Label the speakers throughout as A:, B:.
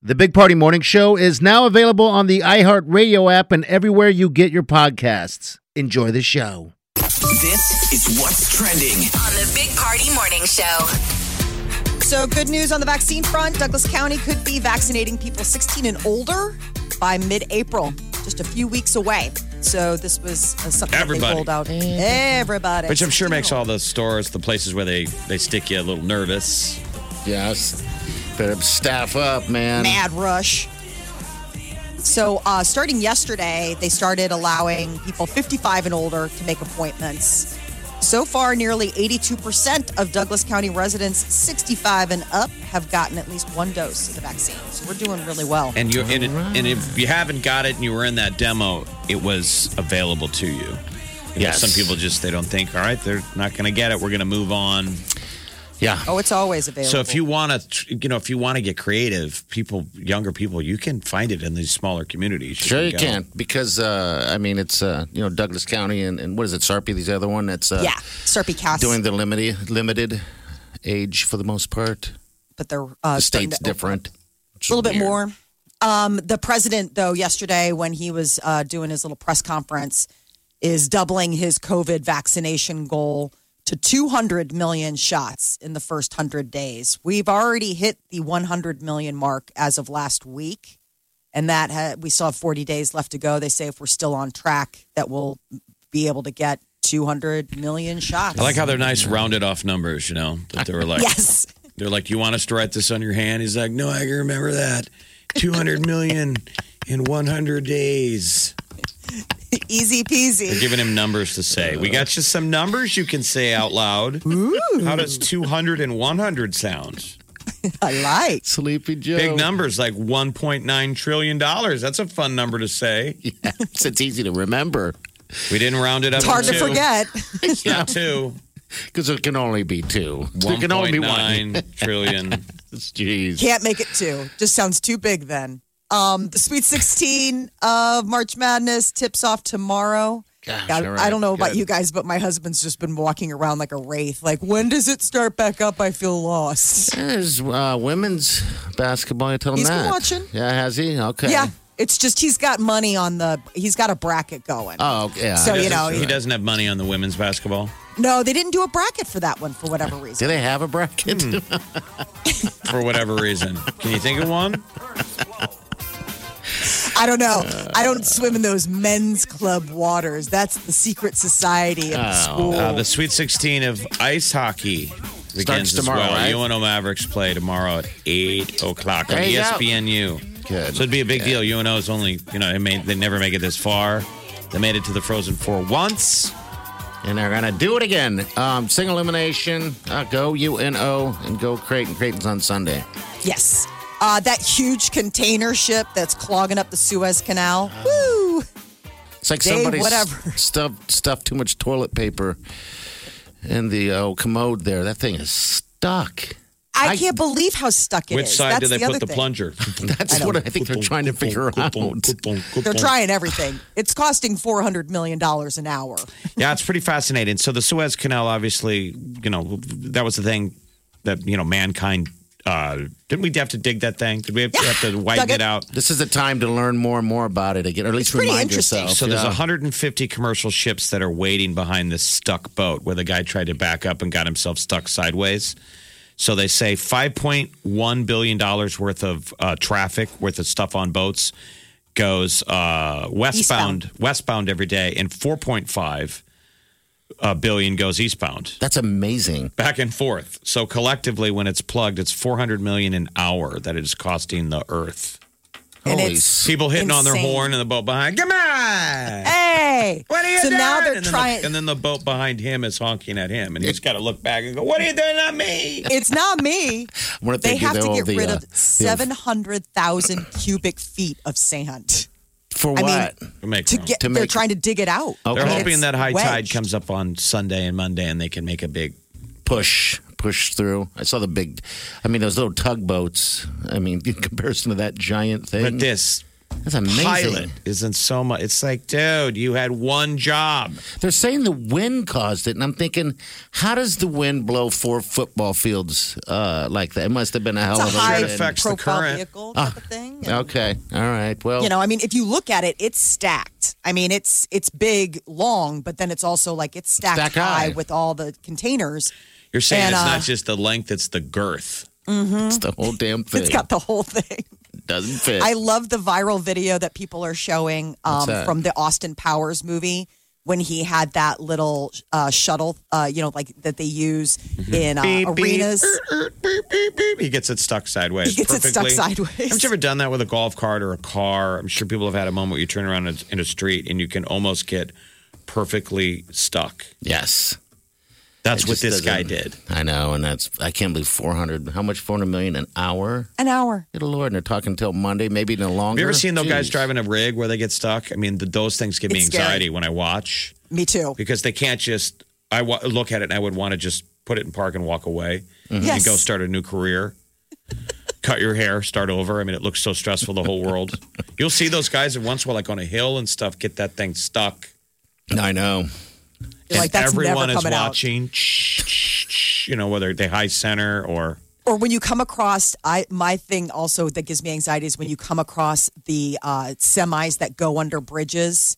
A: The Big Party Morning Show is now available on the iHeartRadio app and everywhere you get your podcasts. Enjoy the show.
B: This is what's trending.
C: on the Big Party Morning Show.
D: So, good news on the vaccine front. Douglas County could be vaccinating people 16 and older by mid April, just a few weeks away. So, this was uh, something
E: Everybody.
D: they rolled out. Everybody.
E: Which I'm sure makes all the stores, the places where they, they stick you a little nervous.
A: Yes. Better staff up, man.
D: mad rush. So, uh, starting yesterday, they started allowing people 55 and older to make appointments. So far, nearly 82% of Douglas County residents 65 and up have gotten at least one dose of the vaccine. So, we're doing really well.
E: And you and, it, and if you haven't got it and you were in that demo, it was available to you. you yeah.
A: Yes.
E: some people just they don't think, all right, they're not going to get it. We're going to move on.
A: Yeah.
D: Oh, it's always available.
E: So if you want to, you know, if you want to get creative, people, younger people, you can find it in these smaller communities.
A: Sure you
E: go.
A: can because uh, I mean it's uh, you know Douglas County and, and what is it Sarpy the other one that's uh,
D: yeah, Serpy Cast.
A: doing the limited limited age for the most part
D: but they're uh,
A: the state's different
D: a little bit more. Um, the president, though, yesterday when he was uh, doing his little press conference, is doubling his COVID vaccination goal to 200 million shots in the first 100 days. We've already hit the 100 million mark as of last week. And that ha- we still have 40 days left to go. They say if we're still on track, that we'll be able to get 200 million shots.
E: I like how they're nice rounded off numbers, you know, that they were like,
D: yes.
E: They're like, "You want us to write this on your hand?" He's like, "No, I can remember that. Two hundred million in one hundred days."
D: Easy peasy.
E: They're giving him numbers to say. We got you some numbers you can say out loud. How does 200 and 100 sound?
D: I like.
A: Sleepy Joe
D: Oh.
E: Big numbers like 1.9 trillion dollars. That's a fun number to say.
A: it's, it's easy to remember
E: We didn't round it up.
D: It's hard to
E: two.
D: forget.
E: It's not two.
A: because it can only be two there can only be one
E: 1.9 trillion.
A: jeez
D: Can't make it two. Just sounds too big then. Um, the Sweet 16 of March Madness tips off tomorrow.
A: Gosh,
D: I,
A: all
D: I
A: right,
D: don't know about
A: good.
D: you guys, but my husband's just been walking around like a wraith. Like, when does it start back up? I feel lost.
A: there's uh, women's basketball you tell him
D: He's been
A: that
D: watching.
A: yeah has he okay
D: Yeah, it's just he's got money on the, he's got a bracket going.
A: oh okay. yeah
D: So, you know,
E: he doesn't have money on the women's basketball.
D: no, they didn't do a bracket for that one for whatever
A: do
D: reason.
A: they have a bracket
D: Hmm.
E: For whatever reason. Can you think of one?
D: I don't know. I don't swim in those men's club waters. That's the secret society of the
A: Oh,
D: school.
E: Uh, the Sweet 16 of ice hockey begins
A: Starts tomorrow,
E: as well.
A: right?
E: UNO Mavericks play tomorrow at 8 o'clock on E
A: There you go.
E: ESPNU.
A: Good.
E: So it'd be a big deal. UNO is only, you know, they, made, they never make it this far. They made it to the Frozen Four once.
A: And they're going to do it again. Um, single elimination, uh, go UNO, and go Creighton. Creighton's on Sunday.
D: Yes. Uh, that huge container ship that's clogging up the Suez Canal.
E: Uh-huh.
D: Woo!
A: It's like
D: Dave,
A: somebody
D: whatever.
A: stuffed, stuffed too much toilet paper in the oh, commode there. That thing is stuck.
D: I,
A: I-
D: can't believe how stuck it is.
E: Which side
D: That's
E: do they
D: the
E: put
D: other
E: the
D: thing.
E: plunger?
A: That's what I think they're trying to figure out.
D: They're trying everything. It's costing four hundred million dollars an hour.
E: Yeah, it's pretty fascinating. So the Suez Canal, obviously, you know, that was the thing that, you know, mankind. Uh, didn't we have to dig that thing? Did we have, have to widen
D: dug
E: it
D: it.
E: out?
A: This is the time to learn more and more about it again, or at least
D: pretty
A: remind
D: interesting.
A: yourself.
E: So there's
A: yeah.
E: 150 commercial ships that are waiting behind this stuck boat where the guy tried to back up and got himself stuck sideways. So they say 5.1 billion dollars worth of uh, traffic, worth of stuff on boats, goes uh, westbound,
D: Eastbound.
E: westbound every day, and 4.5 uh, billion goes eastbound,
A: That's amazing.
E: back and forth. So collectively, when it's plugged, it's 400 million an hour that it is costing the Earth.
D: And
A: Holy
D: it's-
A: s-
E: People hitting on their
D: Insane.
E: horn and the boat behind. Come on.
D: Hey, way.
E: What are you
D: so
E: doing?
D: now they're
E: and then
D: trying.
E: The, and then the boat behind him is honking at him, and he's got to look back and go, "What are you doing at me?"
D: it's not me.
A: wonder if
D: They
A: do
D: have to
A: all
D: get
A: the,
D: rid
A: uh,
D: of
A: the-
D: 700,000 cubic feet of sand.
A: for
D: I
A: what?
D: mean,
E: To make
D: to
E: room.
D: get,
A: To
D: they're
A: make-
D: trying to dig it out.
A: Okay.
E: They're
D: I mean,
E: hoping
D: it's
E: that high tide
D: wedged.
E: comes up on Sunday and Monday, and they can make a big.
A: push push through. I saw the big. I mean, those little tugboats. I mean, in comparison to that giant thing,
E: But this
A: that's amazing.
E: pilot isn't so much. It's like, dude, you had one job.
A: They're saying the wind caused it, and I'm thinking, how does the wind blow four football fields uh, like that? It must have been a hell
D: It's
A: of
D: a
A: a
D: high
A: wind.
E: affects the
D: profile
E: current.
D: vehicle type of thing.
E: Ah.
D: and-
A: Okay, all right. Well,
D: You know, I mean, if you look at it, it's stacked. I mean, it's it's big, long, but then it's also like it's stacked
A: Stack high.
D: high with all the containers.
E: You're saying
D: And,
E: it's
D: uh,
E: not just the length; it's the girth.
A: it's the whole damn thing.
D: It's got the whole thing.
A: Doesn't fit.
D: I love the viral video that people are showing um,
A: that?
D: from the Austin Powers movie when he had that little uh, shuttle, uh, you know, like that they use in uh, arenas.
E: er, beep, beep, beep. He gets it stuck sideways.
D: He gets it stuck
E: perfectly.
D: sideways.
E: Haven't you ever done that with a golf cart or a car? I'm sure people have had a moment where you turn around in a- in a street and you can almost get perfectly stuck.
A: yes.
E: That's
A: It
E: what
A: just
E: this guy
A: doesn't-
E: did.
A: I know, and that's I can't believe four hundred. How much? Four hundred million an hour?
D: An hour.
A: Good lord! And they're talking till Monday, maybe no longer.
E: Have you ever seen those guys
A: Jeez.
E: driving a rig where they get stuck? I mean, th those things give me
D: It's
E: anxiety
D: scary.
E: when I watch
D: Me too.
E: because they can't just. I wa- look at it and I would want to just put it in park and walk away and
D: Mm. Yes.
E: go start a new career. Cut your hair, start over. I mean, it looks so stressful. The whole world. You'll see those guys at once, while like on a hill and stuff, get that thing stuck.
A: I know.
D: You're like, that's never
E: everyone
D: coming
E: is
D: out.
E: watching. you know, whether they high center or
D: or when you come across i my thing also that gives me anxiety is when you come across the uh, semis that go under bridges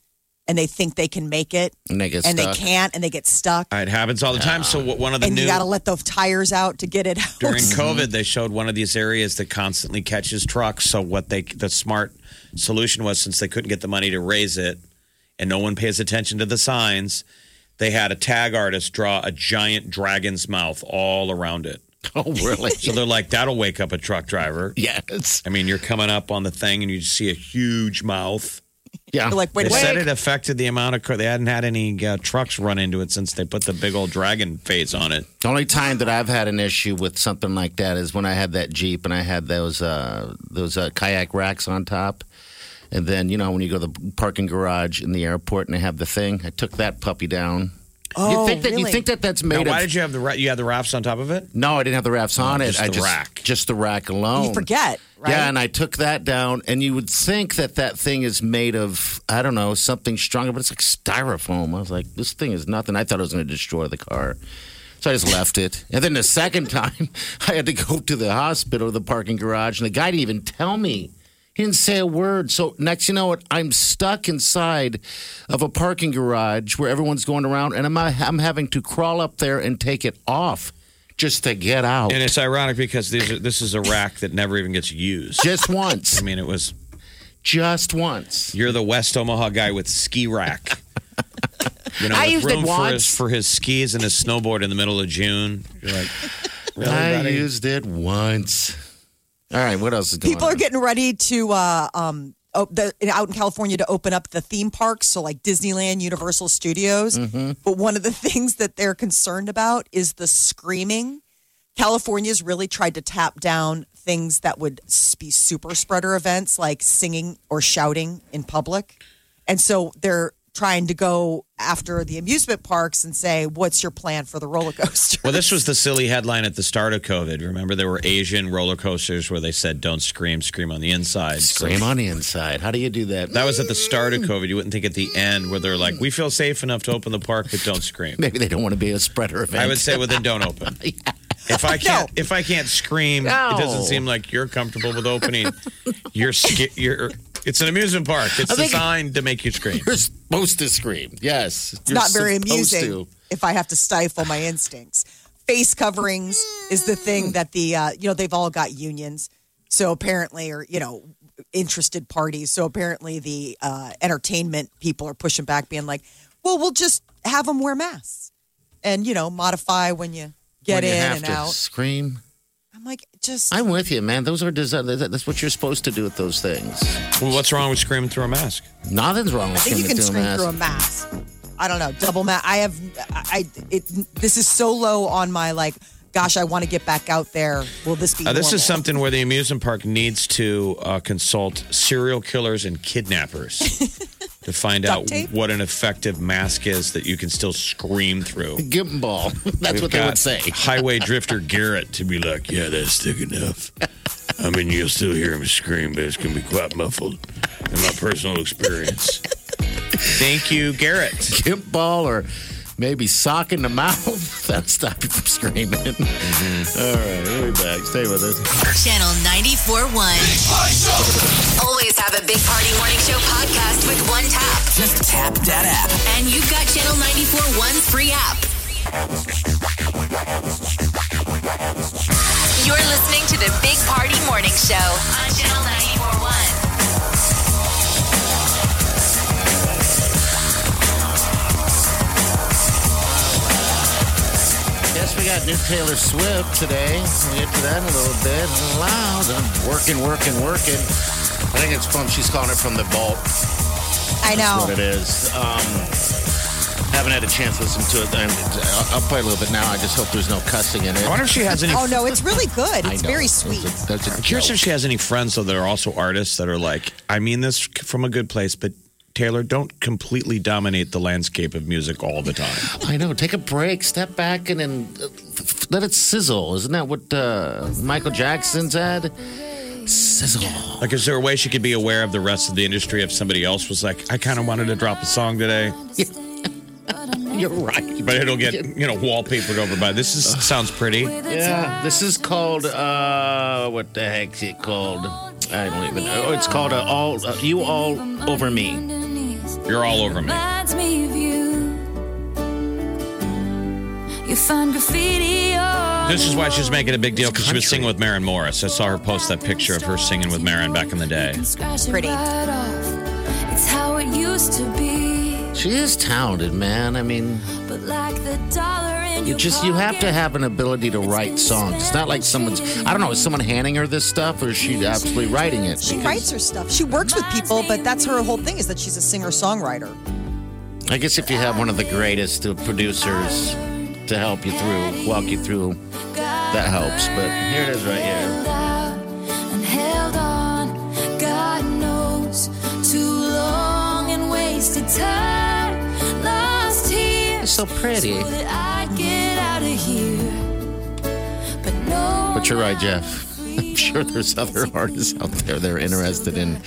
D: and they think they can make it
A: And they get
D: and
A: stuck.
D: they can't and they get stuck
E: it happens all the time. So what one of the
D: and
E: new
D: you got to let the tires out to get it out
E: during COVID, they showed one of these areas that constantly catches trucks. So what they the smart solution was since they couldn't get the money to raise it, and no one pays attention to the signs, they had a tag artist draw a giant dragon's mouth all around it.
A: Oh, really?
E: So they're like, that'll wake up a truck driver.
A: yes.
E: I mean, you're coming up on the thing and you see a huge mouth.
A: Yeah.
D: You're like wait
E: They
D: a
E: said
D: minute
E: it affected the amount of car. They hadn't had any uh, trucks run into it since they put the big old dragon face on it.
A: The only time that I've had an issue with something like that is when I had that Jeep and I had those uh, those uh, kayak racks on top. And then, you know, when you go to the parking garage in the airport and they have the thing, I took that puppy down.
D: Oh,
A: you think that you
D: really?
A: think that that's
E: Now,
A: made
E: why
A: of
E: did you have the ra- you had the rafts on top of it?
A: No, I didn't have the rafts on it.
E: just
A: I
E: the
A: just
E: rack.
A: just the rack alone.
D: you forget right
A: Yeah, and I took that down, and you would think that that thing is made of I don't know something stronger, but it's like styrofoam. I was like, this thing is nothing. I thought it was going to destroy the car, so I just left it. And then the second time, I had to go to the hospital, the parking garage, and the guy didn't even tell me. He didn't say a word. So next, you know what? I'm stuck inside of a parking garage where everyone's going around, and I'm I'm having to crawl up there and take it off just to get out,
E: And it's ironic because these are, this is a rack that never even gets used.
A: just once,
E: I mean, it was
A: just once.
E: you're the West Omaha guy with ski rack. You know,
A: I
E: with
A: used it
E: room for his,
A: once.
E: for his skis and his snowboard in the middle of June. You're like, really,
A: I
E: buddy?
A: used it once. All right, what else is going
D: people are
A: on?
D: getting ready to uh, um, oh, the, out in California to open up the theme parks, so like Disneyland, Universal Studios.
E: Mm-hmm.
D: But one of the things that they're concerned about is the screaming. California's really tried to tap down things that would s- be super spreader events, like singing or shouting in public, and so they're trying to go after the amusement parks and say, "What's your plan for the roller coaster?"
E: Well, this was the silly headline at the start of COVID. Remember, there were Asian roller coasters where they said, "Don't scream, scream on the inside." So-
A: Scream on the inside. How do you do that?
E: That was at the start of COVID. You wouldn't think at the end where they're like, we feel safe enough to open the park, but don't scream.
A: Maybe they don't want to be a spreader event.
E: I would say, well, then don't open. If I can't, if I can't scream,
A: No.
E: it doesn't seem like you're comfortable with opening. You're, sca- you're. It's an amusement park. It's
A: I think-
E: designed to make you scream.
A: you're supposed to scream. Yes,
D: It's not very amusing if I have to stifle my instincts. Face coverings is the
A: Mm.
D: thing that the uh, you know they've all got unions, so apparently or you know interested parties. So apparently the uh, entertainment people are pushing back, being like, "Well, we'll just have them wear masks and you know modify when you get
A: When you
D: in
A: have
D: and
A: to
D: out."
A: Scream.
D: I'm like, just
F: I'm with you, man. Those are design. that- That's what you're supposed to do with those things.
E: Well, what's wrong with screaming through a mask?
F: Nothing's wrong with
D: I think you
F: screaming
D: can
F: through a
D: scream
F: mask.
D: through a mask. I don't know, double mask. I have, I I- it. This is so low on my like. Gosh, I want to get back out there. Will this be?
E: Uh, this is
D: normal?
E: something where the amusement park needs to uh, consult serial killers and kidnappers to find out
D: Duct tape?
E: what an effective mask is that you can still scream through.
F: Gimbal. That's
E: We've
F: what they
E: got
F: would say.
E: Highway drifter Garrett to be like, yeah, that's thick enough. I mean, you'll still hear him scream, but it's going to be quite muffled in my personal experience. Thank you, Garrett.
F: Gimbal or maybe sock in the mouth. That'll stop you from screaming.
E: Mm-hmm.
F: All right, we'll be back. Stay with us.
C: Channel 94.1. Always have a Big Party Morning Show podcast with one tap.
B: Just tap that app.
C: And you've got Channel 94.1's free app. You're listening to the Big Party Morning Show on Channel 94.1.
F: Yes, we got new Taylor Swift today. We'll get to that in a little bit. Loud. I'm working, working, working. I think it's from, she's calling it from the vault.
D: I
F: That's
D: know.
F: what it is. Um, haven't had a chance to listen to it. I'm, I'll play a little bit now. I just hope there's no cussing in it.
E: I wonder if she has any.
D: Oh no, it's really good.
F: I
D: It's
F: know.
D: very
F: That's a-
D: sweet.
F: That's a,
E: I'm curious if she has any friends though that are also artists that are like, I mean this from a good place, but Taylor, don't completely dominate the landscape of music all the time.
F: I know. Take a break, step back, and then uh, f- let it sizzle. Isn't that what uh, Michael Jackson's had? Sizzle.
E: Like, is there a way she could be aware of the rest of the industry if somebody else was like, I kind of wanted to drop a song today,
F: You're right.
E: but it'll get you know wallpapered over by this is sounds pretty.
F: Yeah, this is called uh, what the heck's it called? I don't even know. Oh, It's called uh, all uh, you all over me.
E: You're all over me.
G: Reminds me of you. You find graffiti on
E: This is why she's making a big deal
F: It's
E: because she
F: country.
E: was singing with Marin Morris. I saw her post that picture of her singing with Marin back in the day.
G: Pretty.
D: Pretty.
G: It's how it used to be.
F: She is talented, man. I mean,
G: But like the dollar in
F: you
G: your
F: just you have to
G: pocket.
F: have an ability to write songs. It's not like someone's. I don't know. Is someone handing her this stuff, or is she absolutely writing it?
D: She writes her stuff. She works with people, but that's her whole thing is that she's a singer songwriter.
F: I guess if you have one of the greatest of producers to help you through, walk you through, that helps. But here it is right here.
G: and held on, God knows, too long and wasted time, lost here.
F: It's so pretty.
G: So that I'd get out of here. But no.
F: But you're right, Jeff. I'm sure there's other artists out there that are interested in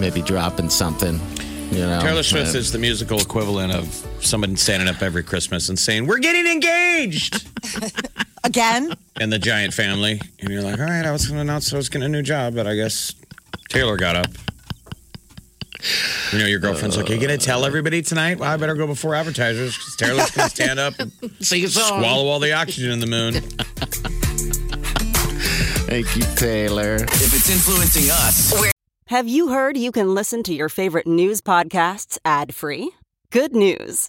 F: maybe dropping something. You know,
E: Taylor Swift
F: Uh,
E: is the musical equivalent of someone standing up every Christmas and saying, We're getting engaged.
D: Again,
E: and the giant family. And you're like, all right, I was going to announce I was getting a new job, but I guess Taylor got up. You know, your girlfriend's like, you going to tell everybody tonight? Well, I better go before advertisers because Taylor's going to stand up and
F: sing a song.
E: swallow all the oxygen in the moon.
F: Thank you, Taylor.
B: If it's influencing us,
H: Have you heard you can listen to your favorite news podcasts ad free? Good news!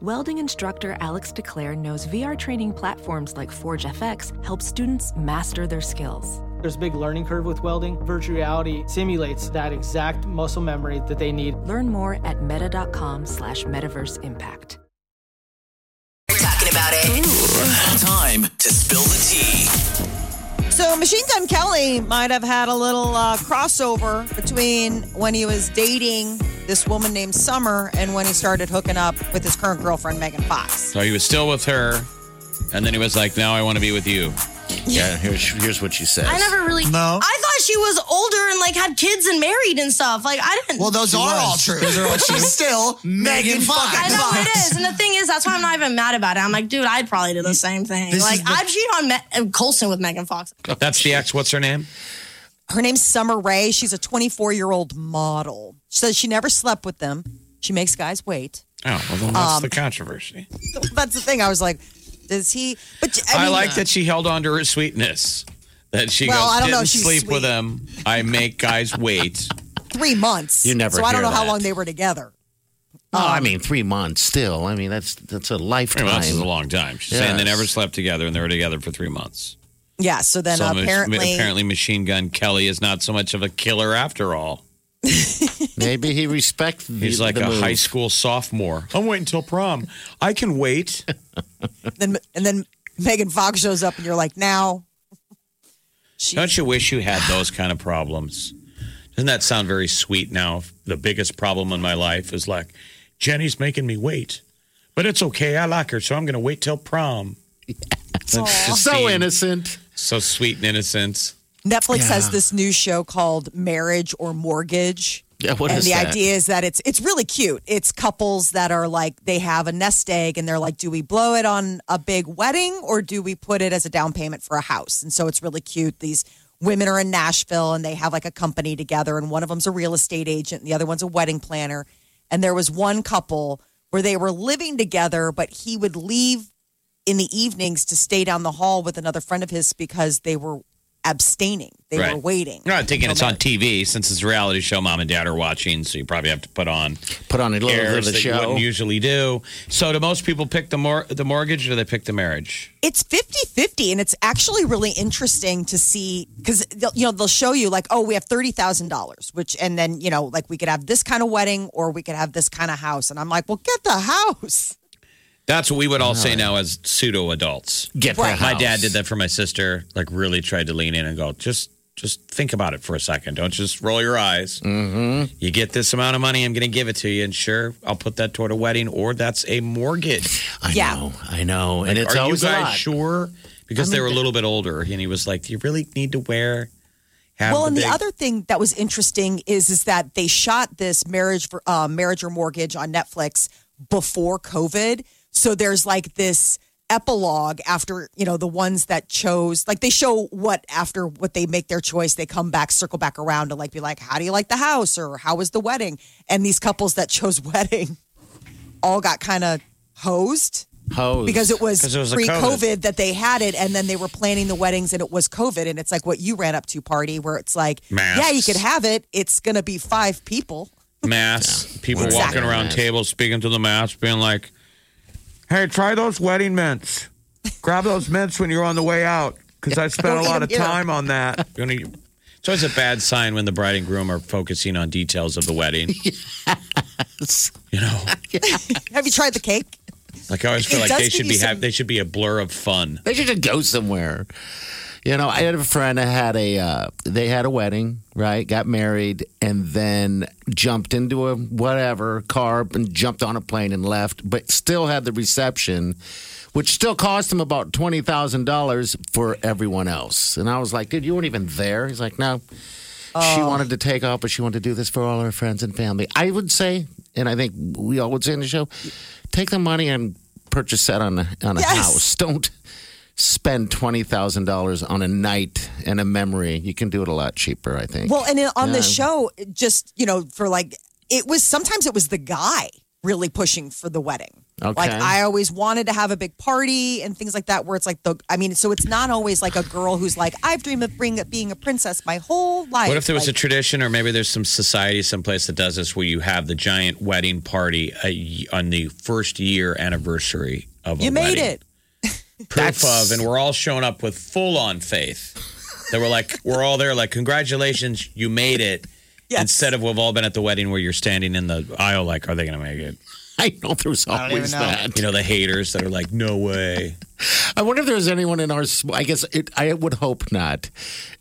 I: Welding instructor Alex DeClaire knows VR training platforms like Forge FX help students master their skills.
J: There's a big learning curve with welding. Virtual reality simulates that exact muscle memory that they need.
I: Learn more at meta.com slash metaverse impact.
C: We're talking about it.
B: time to spill the tea.
D: so Machine Gun Kelly might have had a little uh, crossover between when he was dating this woman named Summer and when he started hooking up with his current girlfriend Megan Fox.
E: So he was still with her. And then he was like, now I want to be with you.
F: Yeah, uh, here's here's what she says.
K: I never really.
B: No.
K: I thought she was older and like had kids and married and stuff. Like I didn't.
B: Well, those are all true. Those are all true. still Megan Fox.
K: I know it is, and the thing is, that's why I'm not even mad about it. I'm like, dude, I'd probably do the same thing.
B: This
K: like
B: is the-
K: I'd cheat on Me- Colson with Megan Fox.
E: That's the ex. What's her name?
D: Her name's Summer Ray. She's a 24 year old model. She says she never slept with them. She makes guys wait.
E: Oh, well, then that's
D: Um,
E: the controversy.
D: That's the thing. I was like, does he? But
E: I,
D: I, mean, uh,
E: like that she held on to her sweetness. That she
D: Well,
E: goes,
D: I don't know
E: didn't
D: if she's
E: sleep with him. I make guys wait.
D: three months.
F: You never
D: So I
F: hear
D: don't know how
F: that.
D: long they were together.
F: Oh, I mean, three months still. I mean, that's that's a
E: Three
F: lifetime.
E: months is a long time. She's saying they never slept together and they were together for three months.
D: Yeah. So then
E: so ma-
D: apparently,
E: apparently, Machine Gun Kelly is not so much of a killer after all.
F: Maybe he respects. The,
E: He's like
F: the
E: a
F: move.
E: high school sophomore. I'm waiting till prom. I can wait.
D: then and then Megan Fox shows up, and you're like, now
E: Don't you wish you had those kind of problems? Doesn't that sound very sweet now? The biggest problem in my life is like, Jenny's making me wait, but it's okay. I like her, so I'm going to wait till prom. That's just
F: So
E: being
F: innocent.
E: So sweet and innocent.
D: Netflix
E: Yeah.
D: has this new show called Marriage or Mortgage.
E: Yeah, what
D: and
E: is
D: the
E: that?
D: idea is that it's it's really cute. It's couples that are like they have a nest egg and they're like, do we blow it on a big wedding or do we put it as a down payment for a house? And so it's really cute. These women are in Nashville and they have like a company together, and one of them's a real estate agent and the other one's a wedding planner. And there was one couple where they were living together, but he would leave in the evenings to stay down the hall with another friend of his because they were abstaining. They were waiting.
E: You're not thinking it's on TV since it's a reality show. Mom and Dad are watching, so you probably have to put on
F: put on a little bit of the
E: that you
F: show.
E: wouldn't usually do. So, do most people pick the mor- the mortgage or do they pick the marriage?
D: It's 50 50, and it's actually really interesting to see because, you know, they'll show you like, oh, we have $30,000, which, and then, you know, like we could have this kind of wedding or we could have this kind of house. And I'm like, well, get the house.
E: That's what we would all say now as pseudo adults.
F: Get the Right.
E: My
F: house.
E: dad did that for my sister. Like really tried to lean in and go, just just think about it for a second. Don't just roll your eyes. Mm-hmm. You get this amount of money, I'm going to give it to you, and sure, I'll put that toward a wedding or that's a mortgage.
F: I know, I know, and
E: Like,
F: it's
E: are you
F: always a
E: guys
F: lot.
E: sure? Because
F: I mean,
E: they were a little bit older, and he was like, "Do you really need to wear?" Have
D: well, and the
E: big-
D: other thing that was interesting is is that they shot this marriage for uh, marriage or mortgage on Netflix before COVID, so there's like this epilogue after you know the ones that chose like they show what after what they make their choice they come back circle back around and like be like how do you like the house or how was the wedding and these couples that chose wedding all got kind of hosed
F: Hosed.
D: because it was,
F: 'Cause it was a
D: pre-COVID that they had it, and then they were planning the weddings, and it was COVID, and it's like what you ran up to party, where it's like,
E: Masks.
D: yeah, you could have it. It's gonna be five people.
E: mass people
D: Exactly.
E: walking around tables speaking to the mass being like hey try those wedding mints grab those mints when you're on the way out because i spent
L: Don't
E: a
L: eat
E: lot
L: 'em,
E: of
L: get 'em.
E: time on that You know, you- it's always a bad sign when the bride and groom are focusing on details of the wedding you know
D: have you tried the cake?
E: like i always feel
D: It
E: like
D: does
E: they
D: give
E: should
D: you
E: be
D: some-
E: have, they should be a blur of fun
F: They should just go somewhere. You know, I had a friend that had a uh, they had a wedding, right? Got married and then jumped into a whatever car and jumped on a plane and left, but still had the reception, which still cost him about twenty thousand dollars for everyone else. And I was like, dude, you weren't even there. He's like, no. She wanted to take off, but she wanted to do this for all her friends and family. I would say, and I think we all would say in the show, take the money and purchase that on a, on a
D: Yes.
F: house. Don't spend twenty thousand dollars on a night and a memory. You can do it a lot cheaper, I think.
D: Well, and on the
F: Yeah.
D: show, it just you know, for like, it was sometimes it was the guy really pushing for the wedding.
F: Okay.
D: Like I always wanted to have a big party and things like that, where it's like the I mean, so it's not always like a girl who's like, I've dreamed of being, being a princess my whole life.
E: what if there was
D: Like,
E: a tradition or maybe there's some society someplace that does this where you have the giant wedding party a y on the first year anniversary of
D: you
E: a
D: made
E: wedding.
D: it.
E: proof of, and we're all showing up with full on faith. That we're like, we're all there, like, congratulations, you made it. Instead of we've all been at the wedding where you're standing in the aisle, like, are they going to make it?
F: I know there's always that.
E: You know, the haters that are like, no way.
F: I wonder if there's anyone in our. sm- I guess it, I would hope not.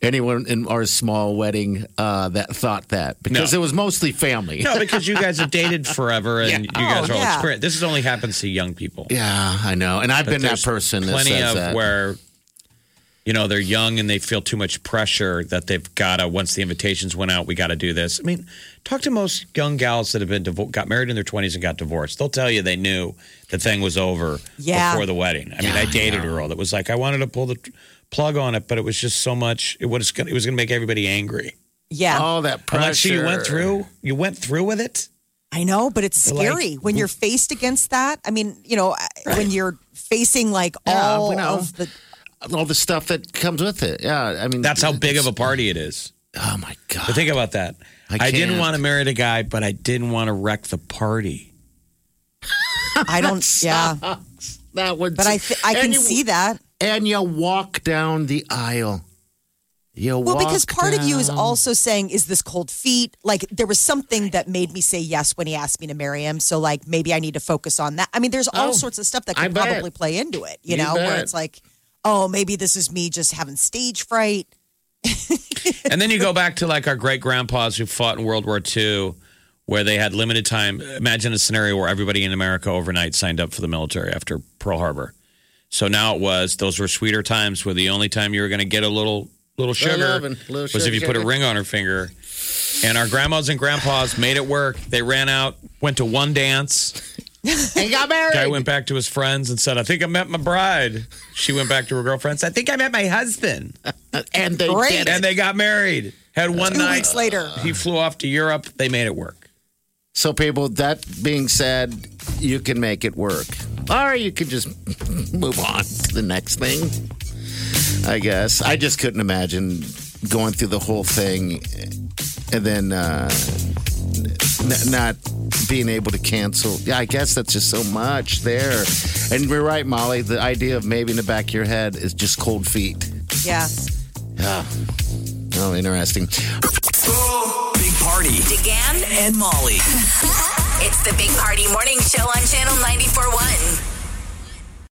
F: Anyone in our small wedding uh, that thought that because
E: No.
F: it was mostly family.
E: No, because you guys have dated forever and
F: Yeah.
E: you guys
F: Oh,
E: are all
F: yeah.
E: experienced. This is only happens to young people.
F: yeah, I know, and I've
E: But
F: been that
E: there's
F: person. that
E: Plenty
F: says
E: of
F: that.
E: where you know they're young and they feel too much pressure that they've got to. Once the invitations went out, we got to do this. I mean, talk to most young gals that have been divo- got married in their twenties and got divorced. They'll tell you they knew the thing was over
D: Yeah.
E: before the wedding. I mean, I dated a girl that was like, I wanted to pull the plug on it, but it was just so much. It was gonna, it was going to make everybody angry.
D: Yeah.
F: All that
E: Alexia, you went
F: pressure.
E: through. You went through with it.
D: I know, but it's
E: Like-
D: scary when you're faced against that. I mean, you know, I- when you're facing like all
F: we know.
D: of the
F: all the stuff that comes with it. Yeah, I mean,
E: That's how big of a party it is.
F: Oh my god!
E: But think about that. I,
F: I
E: didn't
F: can't.
E: want to marry the guy, but I didn't want to wreck the party.
D: I don't. yeah,
F: that would.
D: but I th- I can
F: And you-
D: see that.
F: And you walk down the aisle. You
D: Well, because
F: walk
D: part of you is
F: down-
D: also saying, "Is this cold feet?" Like there was something that made me say yes when he asked me to marry him. So like maybe I need to focus on that. I mean, there's all
F: Oh,
D: sorts of stuff that
F: I
D: could
F: bet.
D: probably play into it.
F: You
D: You, know, where
F: bet.
D: it's like, oh, maybe this is me just having stage fright.
E: and then you go back to like our great grandpas who fought in World War II, where they had limited time. Imagine a scenario where everybody in America overnight signed up for the military after Pearl Harbor. So now it was those were sweeter times where the only time you were going to get a little little sugar
F: loving little
E: was if you put a
F: sugar.
E: ring on her finger. And our grandmas and grandpas made it work. They ran out, went to one dance.
F: and got married.
E: Guy went back to his friends and said, "I think I met my bride." She went back to her girlfriends. I think I met my husband.
F: and they
D: Great.
F: did it.
E: And they got married. Had one
D: Two
E: night.
D: weeks later,
E: He flew off to Europe. They made it work.
F: So, people, that being said, you can make it work. Or you can just move on to the next thing, I guess. I just couldn't imagine going through the whole thing and then uh, n- not being able to cancel. Yeah, I guess that's just so much there. And you're right, Molly. The idea of maybe in the back of your head is just cold feet.
D: yeah.
F: Yeah. Oh, interesting.
B: Big Party
C: DeGan
B: and Molly.
C: It's the Big Party Morning Show on Channel 94.1.